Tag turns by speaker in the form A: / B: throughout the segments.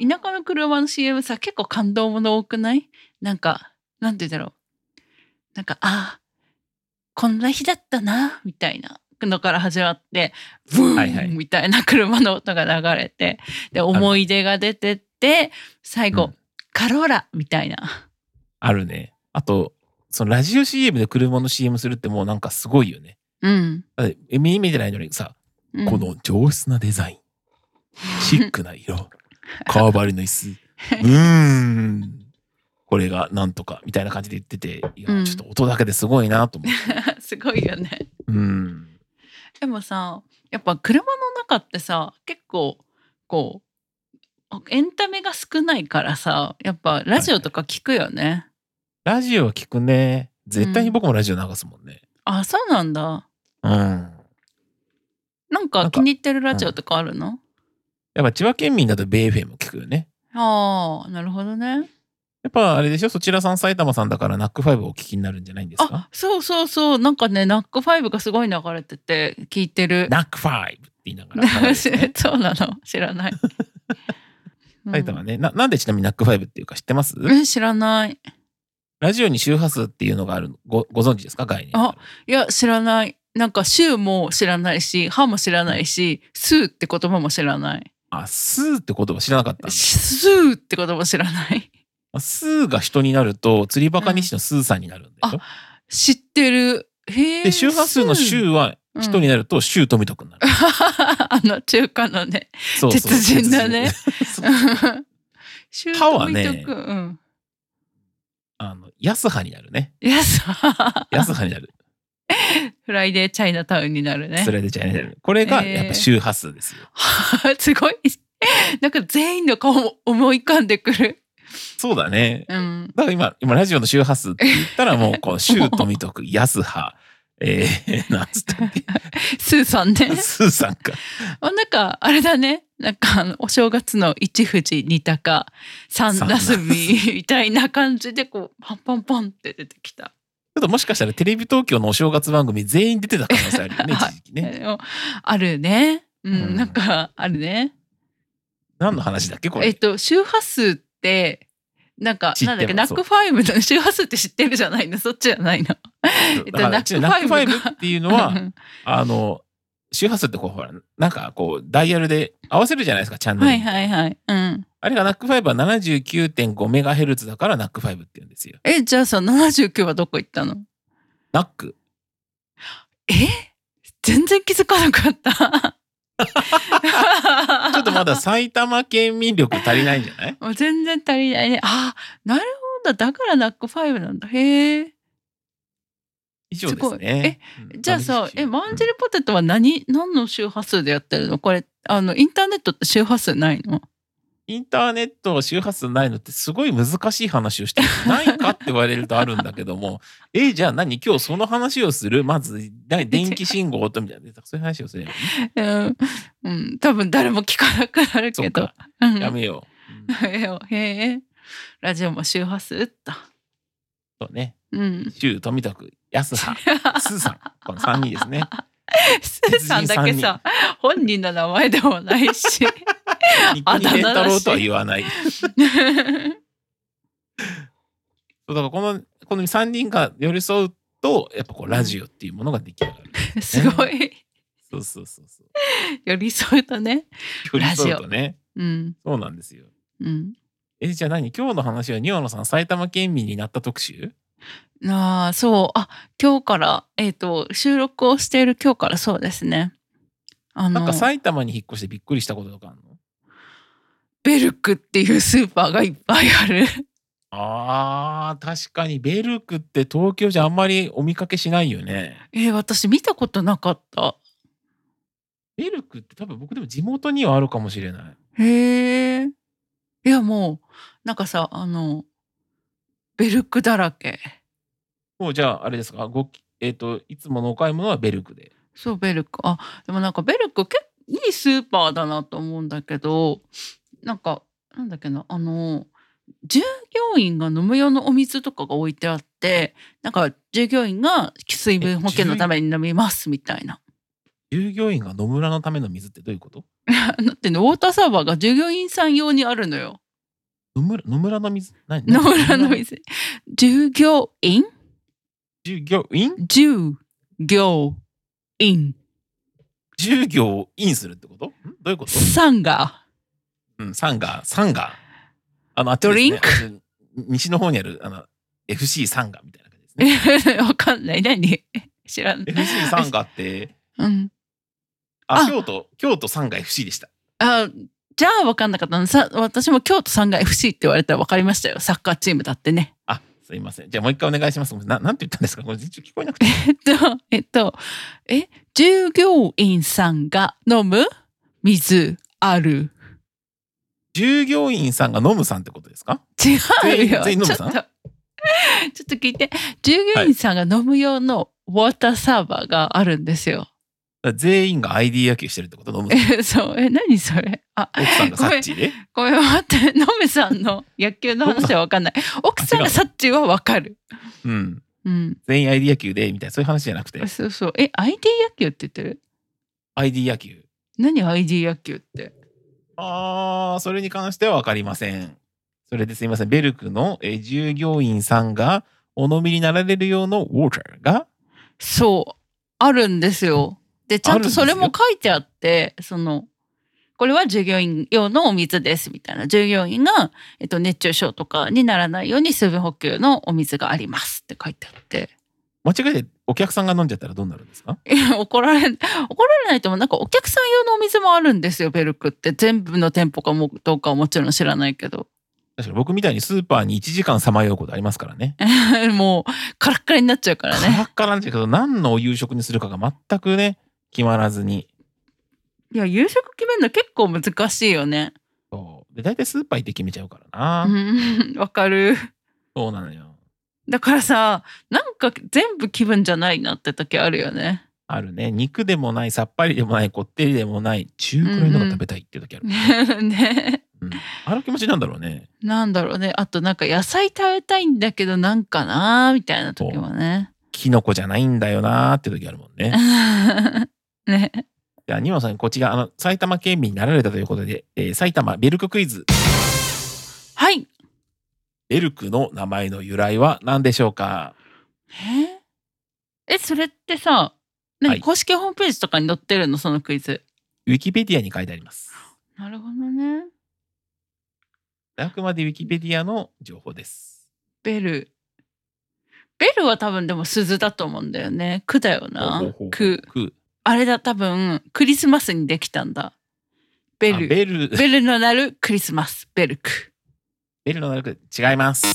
A: 田舎の車の CM さ、結構感動もの多くないなんか、なんて言うんだろう。なんか、ああ、こんな日だったな、みたいなのから始まって、ブ
B: はいは
A: ー
B: い
A: ンみたいな車の音が流れて、で、思い出が出てって、最後、
B: うん
A: カローラみたいな。
B: あるね。あと、そのラジオ CM で車の CM するってもうなんかすごいよね。
A: うん。
B: だってえ見えてないのにさ、
A: うん
B: こ、の上質なデザイン、シックな色、革張りの 椅子、うーん。これがなんとかみたいな感じで言ってて、いや
A: うん
B: ちょっと音だけですごいなと思っ て。
A: すごいよね。
B: うん。
A: でもさやっぱ車の中ってさ結構こうエンタメが少ないからさやっぱラジオとか聞くよね。
B: ラジオは聞くね。絶対に僕もラジオ流すもんね。
A: あそうなんだ。
B: うん。
A: なん
B: な
A: か
B: んか
A: 気に入ってるラジオとかあるの、
B: やっぱ千葉県民だと BFM 聞くよね。
A: ああなるほどね。
B: やっぱあれでしょそちらさん埼玉さんだからナックファイブをお聞きになるんじゃないんですか
A: あそうそうそうなんかねナックファイブがすごい流れてて聞いてる。
B: ナックファイブって言いながら流れてる ね。
A: そうなの知らない。
B: 埼玉ね。ななんでちなみにナックファイブっていうか知ってます
A: うんえ知らない。
B: ラジオに周波数っていうのがあるのごご存知ですか概念。
A: あいや知らない。なんか週も知らないし、歯も知らないし、数って言葉も知らない。
B: あ、スーって言葉知らなかったんだ
A: スーって言葉知らない。
B: あスーが人になると、釣りバカ西のスーさんになるんだよ。
A: 知ってる。へえ。
B: で、周波数の
A: スー。
B: 周は人になると、周富徳になる。
A: あの中華の ね。
B: そうそう
A: 鉄人だね。
B: そう
A: 週
B: 歯はね
A: うん。
B: あの、安葉になるね。
A: いやさ、
B: 安葉になる。
A: フライデーチャイナタウンになるね
B: そ。れでじゃあね。これが
A: えー
B: やっぱ周波数ですよ。
A: すごい。 なんか全員の顔も思い浮かんでくる。
B: そうだね。
A: うん。
B: だから今、今ラジオの周波数って言ったらもう、この周富徳、安葉、えー、なんつったっけ、
A: スーさん ね。
B: スーさんか。
A: あなんかあれだねなんかあのお正月の一富士二鷹三なすびみたいな感じでこうパンパンパンって出てきた。
B: ちょっともしかしたらテレビ東京のお正月番組全員出てた可能性あるよね、一時期ね。
A: あのあるね。うん、
B: うん
A: なんかあるね。
B: 何の話だっけこ
A: えっ
B: れ。
A: と周波数ってなんか
B: 知って
A: な
B: ま
A: ん
B: す
A: だっけナックファイブの 周波数って知ってるじゃないのそっちじゃないの。えっと
B: だから
A: ナックファイブが
B: ナックファイブっていうのは、 あの、周波数ってこう、ほら、なんかこう、ダイヤルで合わせるじゃないですか、チャンネル
A: はい
B: に。
A: はいはい。うん。
B: あれが NAC5 は 79.5MHz だから NAC5 って言うんですよ。
A: えじゃあさ79はどこ行ったの
B: NAC。
A: え全然気づかなか った。
B: ちょっとまだ埼玉県民力足りないんじゃない
A: もう全然足りないね。あーなるほど。だからナックファイブなんだ。へえ。
B: 以上ですね。うん
A: じゃあさ、え、マンジ
B: うん
A: ルポテトは何、何の周波数でやってるのこれ、あの、インターネットって周波数ないの
B: インターネット周波数ないのってすごい難しい話をしてる。ないかって言われるとあるんだけども、 え、じゃあ何今日その話をするまず、な電気信号とみたいな。そういう話をすればいい
A: うん、うん、多分誰も聞かなくなるけ
B: そう
A: ど
B: か。
A: うん
B: やめよう。うん
A: やめようへえ。ラジオも周波数だった。
B: そうね。
A: うん。
B: 周富徳、安葉、スーさん。この3人で すね。
A: スーさんだけさ、本人の名前でもない し。
B: ニコ
A: あ
B: ニケン
A: だ名
B: タ
A: ら
B: ロ
A: しい
B: ウとは言わない。そうだからこのこの3人が寄り添うとやっぱこうラジオっていうものが出来上がる。
A: すごい。
B: そうそうそうそう。
A: 寄り添うとね。
B: 寄り添うとね。
A: うん。
B: そうなんですよ。
A: うん。
B: えじゃあ何今日の話はニオノさん埼玉県民になった特集
A: ああ、そう。あ、今日から、えっ、と、収録をしている今日からそうですね。あ
B: なん
A: の
B: か、埼玉に引っ越してびっくりしたこととかあるの
A: ベルクっていうスーパーがいっぱいある。
B: あー確かにベルクって東京じゃあんまりお見かけしないよね。
A: えー私見たことなかった。
B: ベルクって多分僕でも地元にはあるかもしれない。
A: へえ。いや、もう、なんかさ、あの、ベルクだらけ。
B: もうじゃああれですかごきえっ、といつものお買い物はベルクで。
A: そう、ベルク。あ、でもなんかベルク、結構いいスーパーだなと思うんだけど、なんか、なんだっけな、あの、従業員が飲む用のお水とかが置いてあって、なんか従業員が水分補給のために飲みますみたいな。
B: 従業員が野村のための水ってどういうこと
A: だってね、ウォーターサーバーが従業員さん用にあるのよ。
B: 野村野村の水何
A: 野村の店。従業員
B: 従業員
A: 従業員
B: 従業員するってことんどういうこと
A: さんが。
B: うん、サンガー、サンガー。あの、あっち
A: ド
B: です
A: リ
B: ね
A: ンク
B: あの西の方にある、あの、FC サンガーみたいな感じですね。
A: わかんない。何 知らん。
B: FC サンガーって、
A: うん。あ
B: あ、京都、京都サンガ FC でした。
A: あ、じゃあ分かんなかったのさ、私も京都さんが FC って言われたら分かりましたよ。サッカーチームだってね。
B: あ、すいません。じゃあもう一回お願いします。ななんて言ったんですかこれ全然聞こえなくて。
A: えっと、えっと、え、従業員さんが飲む水ある。
B: 従業員さんが飲むさんってことですか
A: 違う
B: 全員
A: よ。
B: 全員飲むさん
A: ちょっと ちょっと聞いて。従業員さんが飲む用のウォーターサーバーがあるんですよ。
B: だから全員が ID 野球してるってこと飲むさん。
A: え、そう。え、何それあ、
B: 奥さんがサッチーで。
A: ごめん待って。飲むさんの 野球の話は分かんない。奥さん
B: あ違
A: が
B: う
A: サッチは分かる。
B: うん。
A: うん。
B: 全員 ID 野球で、みたいな、そういう話じゃなくて、
A: そうそう。え、ID 野球って言ってる
B: ID 野球。
A: 何 ID 野球って。
B: あー、それに関しては分かりません。それですいません。ベルクの、えー従業員さんがお飲みになられる用のウォーターが、
A: そう。あるんですよ。で、ちゃ
B: あ
A: ん
B: るん
A: と
B: ですよ
A: それも書いてあって、その、これは従業員用のお水ですみたいな。従業員が、えっと、熱中症とかにならないように水分補給のお水がありますって書いてあって。
B: 間違えてお客さんが飲んじゃったらどうなるんですか
A: いや怒られ、怒られないとも、なんかお客さん用のお水もあるんですよ、ベルクって。全部の店舗かもどうかはもちろん知らないけど。
B: 確かに僕みたいにスーパーに1時間さまようことありますからね。
A: もう、カラッカラになっちゃうから
B: カ
A: ね。
B: ラッカラなんだけど、何のお夕食にするかが全くね、決まらずに。
A: いや、夕食決めるの結構難しいよね。
B: そう。で、大体スーパー行って決めちゃうから
A: う
B: な。
A: ん、 わかる。
B: そうなのよ。
A: だからさ、なんか全部気分じゃないなって時あるよ ね。
B: あるね。肉でもない、さっぱりでもない、こってりでもない、中くらいのが食べたいっていう時ある。
A: ね。
B: うんあの気持ちなんだろうね。
A: なんだろうね。あとなんか野菜食べたいんだけどなんかなーみたいな時もね。
B: キノコじゃないんだよなーって時あるも んね。
A: ね。
B: じゃあ、ニモさん、こちら、あの、埼玉県民になられたということで、えー埼玉ベルククイズ。
A: はい。
B: ベルクの名前の由来は何でしょうか
A: ええ、それってさ、何、
B: はい
A: 公式ホームページとかに載ってるのそのクイズ。
B: ウィキペディアに書いてあります。
A: なるほどね。
B: あくまでウィキペディアの情報です。
A: ベル。ベルは多分でも鈴だと思うんだよね。句だよな
B: ほうほうほう。
A: 句。
B: く
A: あれだ多分クリスマスにできたんだ。ベ
B: あ
A: ル。
B: ベル、
A: ベルのなるクリスマス、ベルク。
B: ベルの名前違います。さ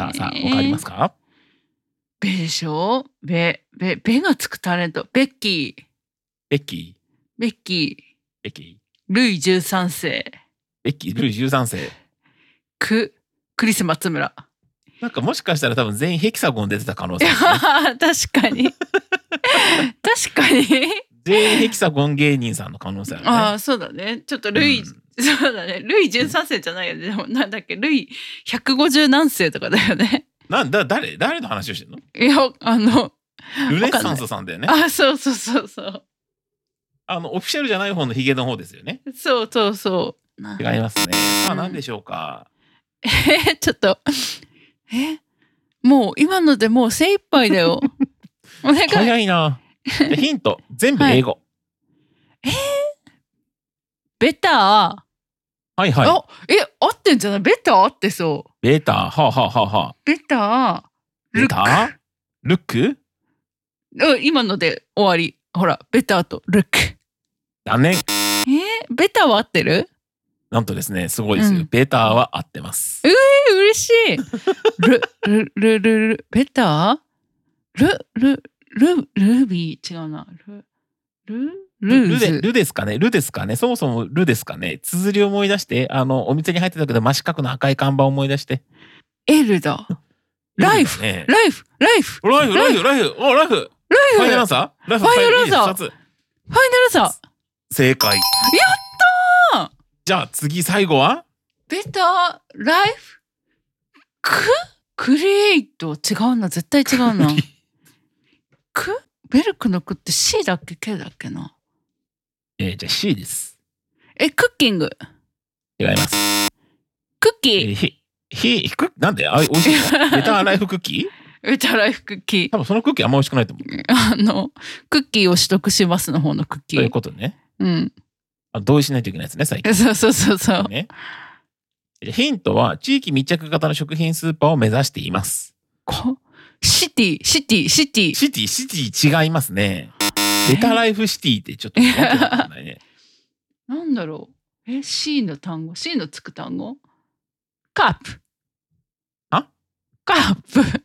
B: あさあ、わかります
A: か
B: か
A: ベでしょベ、ベ、ベがつくタレント。ベッキー、
B: ベッキー、
A: ベッキ
B: ベッキー、
A: ー、ルイ13世、
B: ベッキー、ルイ13世。
A: ク、クリスマス村。
B: なんかもしかしたら多分全員ヘキサゴン出てた可能
A: い
B: 性あ
A: や
B: る ね、
A: ー確かに。 確かに。
B: 全員ヘキサゴン芸人さんの可能性あるね。
A: ああ、そうだね。ちょっとルイ、
B: うん
A: そうだね。ルイ13世じゃないよね。でもなんだっけ、ルイ150何世とかだよね。
B: なんだ誰誰の話をしてんの
A: いや、あの、
B: ルネッサンスさんだよね。
A: あ、そうそうそうそう。
B: あのオフィシャルじゃない方のヒゲの方ですよね。
A: そうそうそう。なん
B: 違いますね。さあ何でしょうか。
A: え ちょっと、えもう今のでもう精一杯だ よ。お願い。
B: 早 いな。じゃあヒント全部英語。
A: ベター、
B: はい、はい、
A: あ、え、合ってんじゃないベター合ってそう。
B: ベータはあ、はあはあはあ、
A: ベター、
B: ベ
A: ル
B: ー
A: ック
B: タルック
A: うん今ので終わり。ほら、ベターとルック。
B: 残念。
A: えベターは合ってる
B: なんとですねすごいですよ。
A: うん
B: ベータは合ってます。
A: え、嬉しい。ル、ル、ル、ル、ル、ベタール、ル、ル、ルビー、違うな。ル、ル、ルー
B: ルで
A: ズ。
B: ルですかねルですかねそもそもルですかね綴りを思い出してあのお店に入ってたけど真四角の赤い看板を思い出して。
A: L だ。ライフ
B: ルですね
A: ライフ、ライフ、
B: ライフライフライフおライフフ
A: ラ
B: ァイ
A: イ
B: ナルアン
A: フ、
B: サーライフ
A: ファイナルアンサー
B: いいです
A: ファ
B: 二つ
A: イナルさ。
B: 正解。やった
A: ー
B: じゃあ次最後は
A: ベターライフククリエイト違うな絶対違うなクベルクのクって C だっけ K だっけな
B: えーじゃあ C です。
A: え、クッキング。
B: 違います。
A: クッキ
B: え
A: ー
B: ー。ひ、ひ、クッなんであれ、美味しいのベターライフクッキー
A: ベタライフクッキー。
B: 多分そのクッキーあんま美味しくないと思う。
A: あの、クッキーを取得しますの方のクッキ
B: という
A: ー。
B: ことね。
A: うん。
B: あ同意しないといけないですね、最近。
A: そうそうそうそう。
B: ね。えーヒントは、地域密着型の食品スーパーを目指しています。
A: こシティ、シティ、シティ。
B: シティ、シティ違いますね。ベタライフシティってちょっとわけわかんないね。
A: なんだろう。え、C の単語、C のつく単語カープ。
B: あ
A: カープ。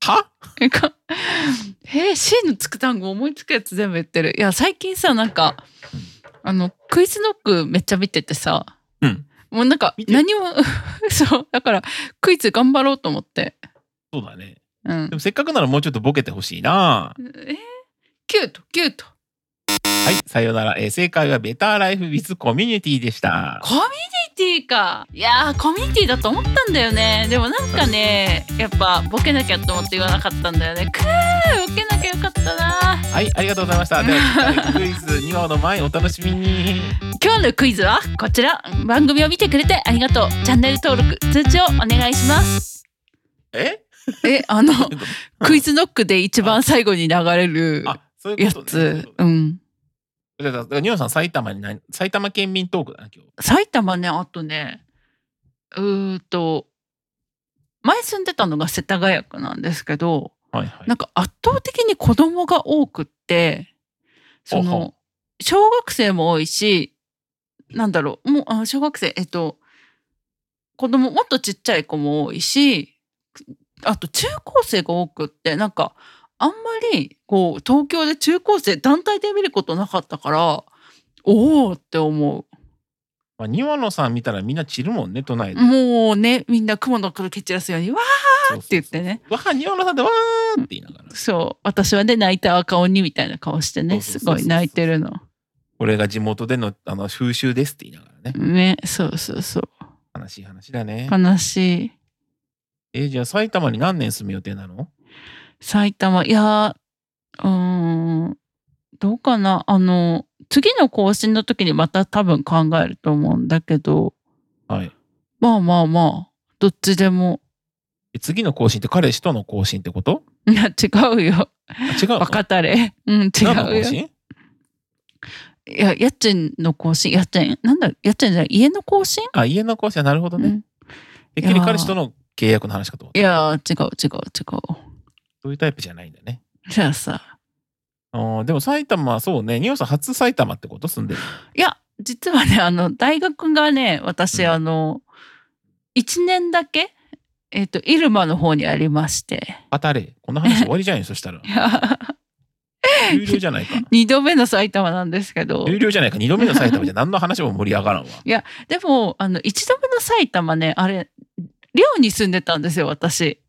B: は
A: えかえー C のつく単語思いつくやつ全部言ってるいや最近さなんかあのクイズノックめっちゃ見ててさ、
B: うん
A: もうなんか
B: 見てる
A: 何も そうだからクイズ頑張ろうと思って
B: そうだね。
A: うん
B: でもせっかくならもうちょっとボケてほしいな。
A: えーキュートキュート
B: はい、さようなら。えー正解はベターライフウィズコミュニティでした。
A: コミュニティかいやーコミュニティだと思ったんだよねでもなんかねやっぱボケなきゃと思って言わなかったんだよねくーボケなきゃよかったな
B: はい、ありがとうござい ました。では、クイズ2話の前お楽しみに。
A: 今日のクイズはこちら番組を見てくれてありがとうチャンネル登録通知をお願いします
B: え
A: えあ のクイ
B: ズ
A: ズノックで一番最後に流れる
B: あ、そういう
A: や
B: こと、ね、そういう
A: つ
B: こ
A: うん
B: とねだから、ニオさん埼玉にない、埼玉県民トークだな、今日。
A: 埼玉ねあとねうーと前住んでたのが世田谷区なんですけど
B: はいはい。
A: なんか圧倒的に子供が多くってそ
B: ほうほ
A: の小学生も多いしなんだろうもうあ小学生えっと子供もっとちっちゃい子も多いしあと中高生が多くってなんかあんまりこう東京で中高生団体で見ることなかったからおおって思う
B: まあ、ニオのさん見たらみんな散るもんね、都内で。
A: もうねみんな雲の黒蹴散らすようにわ
B: そうそう
A: ーって言ってね。
B: わあ、ニオのさんってわーって言いながら。
A: そう私はね泣いた赤鬼みたいな顔してね
B: そうそ
A: す
B: うそうそう
A: ごい泣いてるの。
B: これが地元での、あの、風習ですって言いながらね。
A: ねそうそうそう
B: 悲しい話だね。
A: 悲しい
B: えーじゃあ埼玉に何年住む予定なの
A: 埼玉いやーうーんどうかなあの次の更新の時にまた多分考えると思うんだけど
B: はい。
A: まあまあまあどっちでも
B: え次の更新って彼氏との更新ってこと
A: いや違うよ
B: あ違うの
A: バカたれうん違
B: 何の
A: う
B: 更
A: よい
B: 新
A: や家賃の更新家賃なんだ家賃じゃない家の更新、
B: あ、家の更新はなるほど
A: う
B: ね。
A: ん
B: てっきり彼氏との契約の話かと思っ
A: い
B: た。
A: やー違う違う違う
B: そういうタイプじゃないんだね。
A: じゃあさ
B: あーでも埼玉はそうね。ニオさん初埼玉ってこと住ん でる。
A: いや実はねあの大学がね私、
B: うん
A: あの1年だけえっ、と入間の方にありまして
B: 当たれ。この話終わりじゃんよ、そしたら。
A: いや
B: 有料じゃな いか。
A: 二度目の埼玉なんですけど
B: 有料じゃないか。二度目の埼玉じゃ何の話も盛り上がらんわ。
A: でもあの一度目の埼玉ねあれ寮に住んでたんですよ私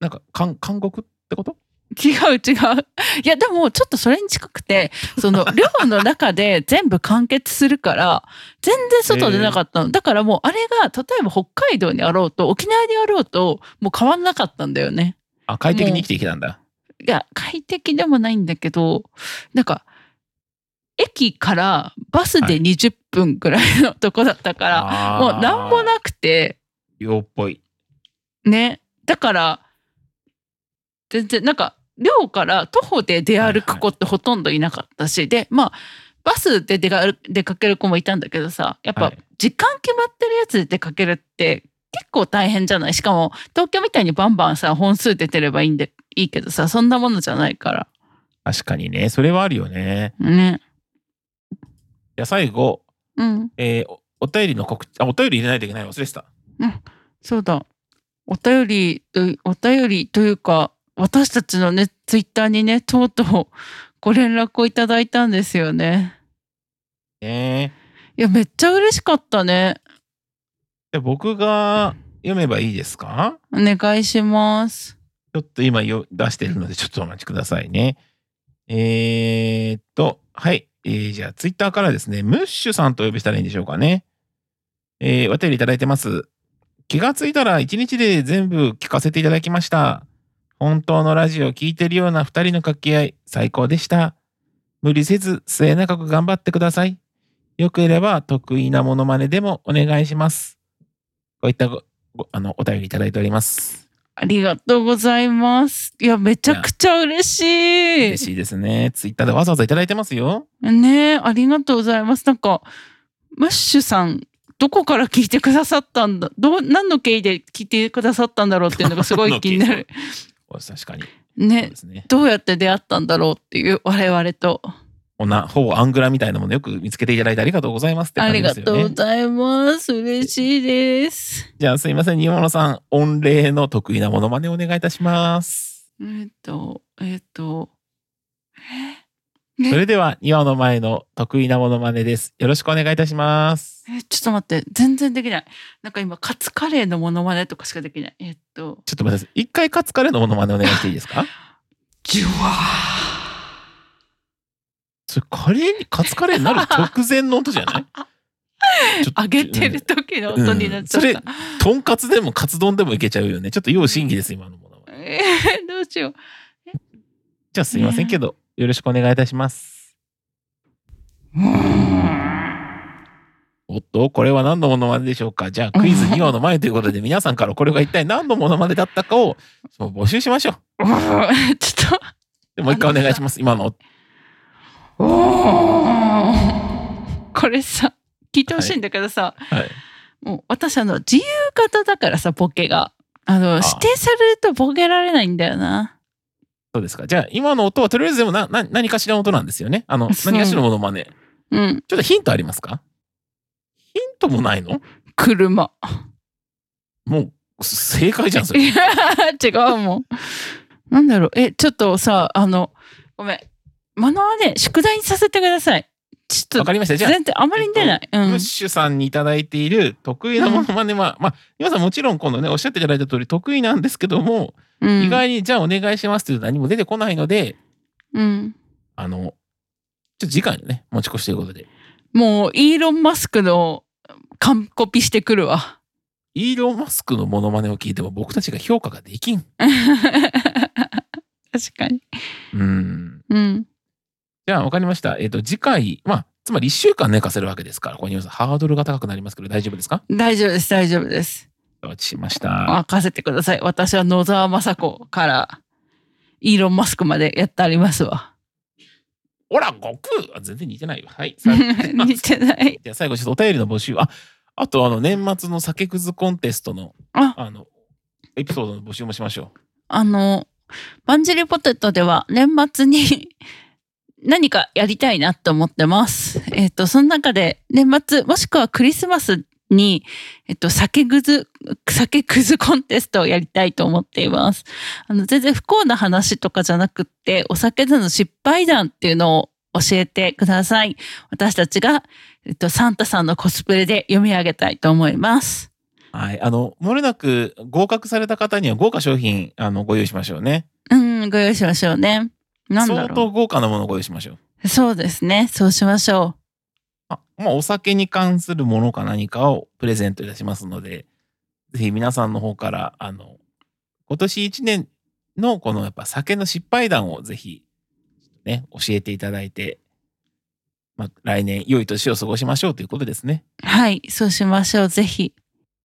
B: なんか、韓韓国ってこと
A: 違う違ういやでもちょっとそれに近くてそ の寮の中で全部完結するから全然外出なかったの、だからもうあれが例えば北海道にあろうと沖縄にあろうともう変わんなかったんだよね
B: あ、快適に生きてきたんだ。
A: いや快適でもないんだけどなんか駅からバス
B: はい
A: で20分ぐらいのとこだったから、もうなんも
B: い。
A: なくて
B: 寮っぽい。
A: ねだから全然なんか寮から徒歩で出歩く子ってほとんどいなかったし、でまあバスで出か出かける子もいたんだけどさやっ
B: は
A: ぱ
B: い
A: 時間決まってるやつで出かけるって結構大変じゃないしかも東京みたいにバンバンさ本数出てればいいんでいいけどさそんなものじゃないから
B: 確かにね。それはあるよね。
A: ね
B: じゃあ最後、
A: うん
B: えーおお便りの告知、あ、お便り入れないといけない。忘れてた。
A: そうだお便りとお便りというか私たちのねツイッターにねとうとうご連絡をいただいたんですよね。
B: ね
A: いや、めっちゃ嬉しかったね。
B: で僕が読めばいいですか
A: お願いします。
B: ちょっと今よ出してるので、ちょっとお待ちくださいね。えー、っと、はい。えーじゃあ、ツイッターからですね、ムッシュさんとお呼びしたらいいんでしょうかね。えーお便りいただいてます。気がついたら1日で全部聞かせていただきました。本当のラジオを聞いてるような2人の掛け合い、最高でした。無理せず末永く頑張ってください。よければ得意なモノマネでもお願いします。こういったごごあのお便りいただいております。
A: ありがとうございます。いや、めちゃくちゃ嬉しい。
B: 嬉しいですね。ツイッターでわざわざいただいてますよ。
A: ねえ、ありがとうございます。なんか、ムッシュさん、どこから聞いてくださったんだ、どう、何の経緯で聞いてくださったんだろうっていうのがすごい気になる。
B: お。確かに。そう
A: ね
B: で、すね。
A: どうやって出会ったんだろうっていう、我々と。
B: おなほぼアングラみたいなものよく見つけていただいてありがとうございますって
A: あ
B: 感
A: り
B: じ
A: が
B: です
A: とう
B: よ
A: ご
B: ね。
A: ざいます。嬉しいです。
B: じゃあすいません、ニモノさん、御礼の得意なモノマネお願いいたします。
A: えっと、えっと、
B: それでは、庭の前の得意なモノマネです。よろしくお願いいたします。
A: え、ちょっと待って、全然できない。なんか今、カツカレーのモノマネとかしかできない。えっと、
B: ちょっと待ってください。一回カツカレーのモノマネお願いしていいですか
A: ジュワ
B: それカレーに、カツカレーになる直前の音じゃないちょっ
A: ー。揚げてる時の音になっちゃった。
B: うんそれとんかつでもカツ丼でもいけちゃうよね。ちょっと要審議です、今のものは。
A: えーどうしよう。
B: じゃあすいませんけど、よろしくお願いいたします。おっと、これは何のものまねでしょうかじゃあクイズ2話の前ということで、皆さんからこれが一体何のものまねだったかをそう募集しましょう
A: うーんちょっと。。
B: でもう一回お願いします。今の。
A: これさ、聞いてほしいんだけどさ、
B: はい。
A: もう私あの、自由形だからさ、ボケが。あの、指定されるとボケられないんだよな。
B: そうですか。じゃあ今の音はとりあえずでもなな何かしらの音なんですよね。あの、
A: そう
B: 何かしらのものまね。
A: うん。
B: ちょっとヒントありますかヒントもないの
A: 車。
B: もう正解じゃん、それ。
A: いや 違うもん。なんだろう。え、ちょっとさ、あの、ごめん。マナはね、宿題にさせてください。ちょ
B: わ
A: っと、
B: かりました。じゃあ
A: 全然あまりに出ない。う
B: ム
A: ん
B: ッ。シュさんにいただいている得意なものまねは、まあ、皆さんもちろん今度ね、おっしゃっていただいた通り得意なんですけども、
A: うん
B: 意外にじゃあお願いしますというと何も出てこないので、
A: うん。
B: あの、ちょっと次回のね、持ち越しということで。
A: もう、イーロン・マスクの完コピしてくるわ。
B: イーロン・マスクのモノマネを聞いても僕たちが評価ができん。
A: 確かに。
B: うん。
A: うん。
B: じゃあわかりました。えっ、と、次回、まあ、つまり1週間寝かせるわけですから、これ皆さんハードルが高くなりますけど大丈夫ですか
A: 大丈夫です、大丈夫です。
B: 承知しました。
A: 任せてください。私は野沢雅子から、イーロン・マスクまでやってありますわ。
B: ほら、悟空あ全然似てないよ。はい。さ あ
A: 似てない。
B: じゃあ最後ちょっとお便りの募集。あ、あとあの年末の酒くずコンテストの、
A: あ
B: の、エピソードの募集もしましょう。
A: あの、バンジリポテトでは年末に 何かやりたいなと思ってます。えっ、と、その中で年末もしくはクリスマスに、えっと、酒くず、酒くずコンテストをやりたいと思っています。あの、全然不幸な話とかじゃなくって、お酒での失敗談っていうのを教えてください。私たちが、えっと、サンタさんのコスプレで読み上げたいと思います。
B: はい。あの、もれなく合格された方には豪華商品、あの、ご用意しましょうね。
A: うん、ご用意しましょうね。なんだろう
B: 相。当豪華なものをご用意しましょう。
A: そうですね。そうしましょ
B: あまあ、お酒に関するものか何かをプレゼントいたしますので、ぜひ皆さんの方から、あの、今年1年のこのやっぱ酒の失敗談をぜひ、ね、教えていただいて、まあ、来年良い年を過ごしましょうということですね。
A: う。はい、そうしましょう。ぜひ。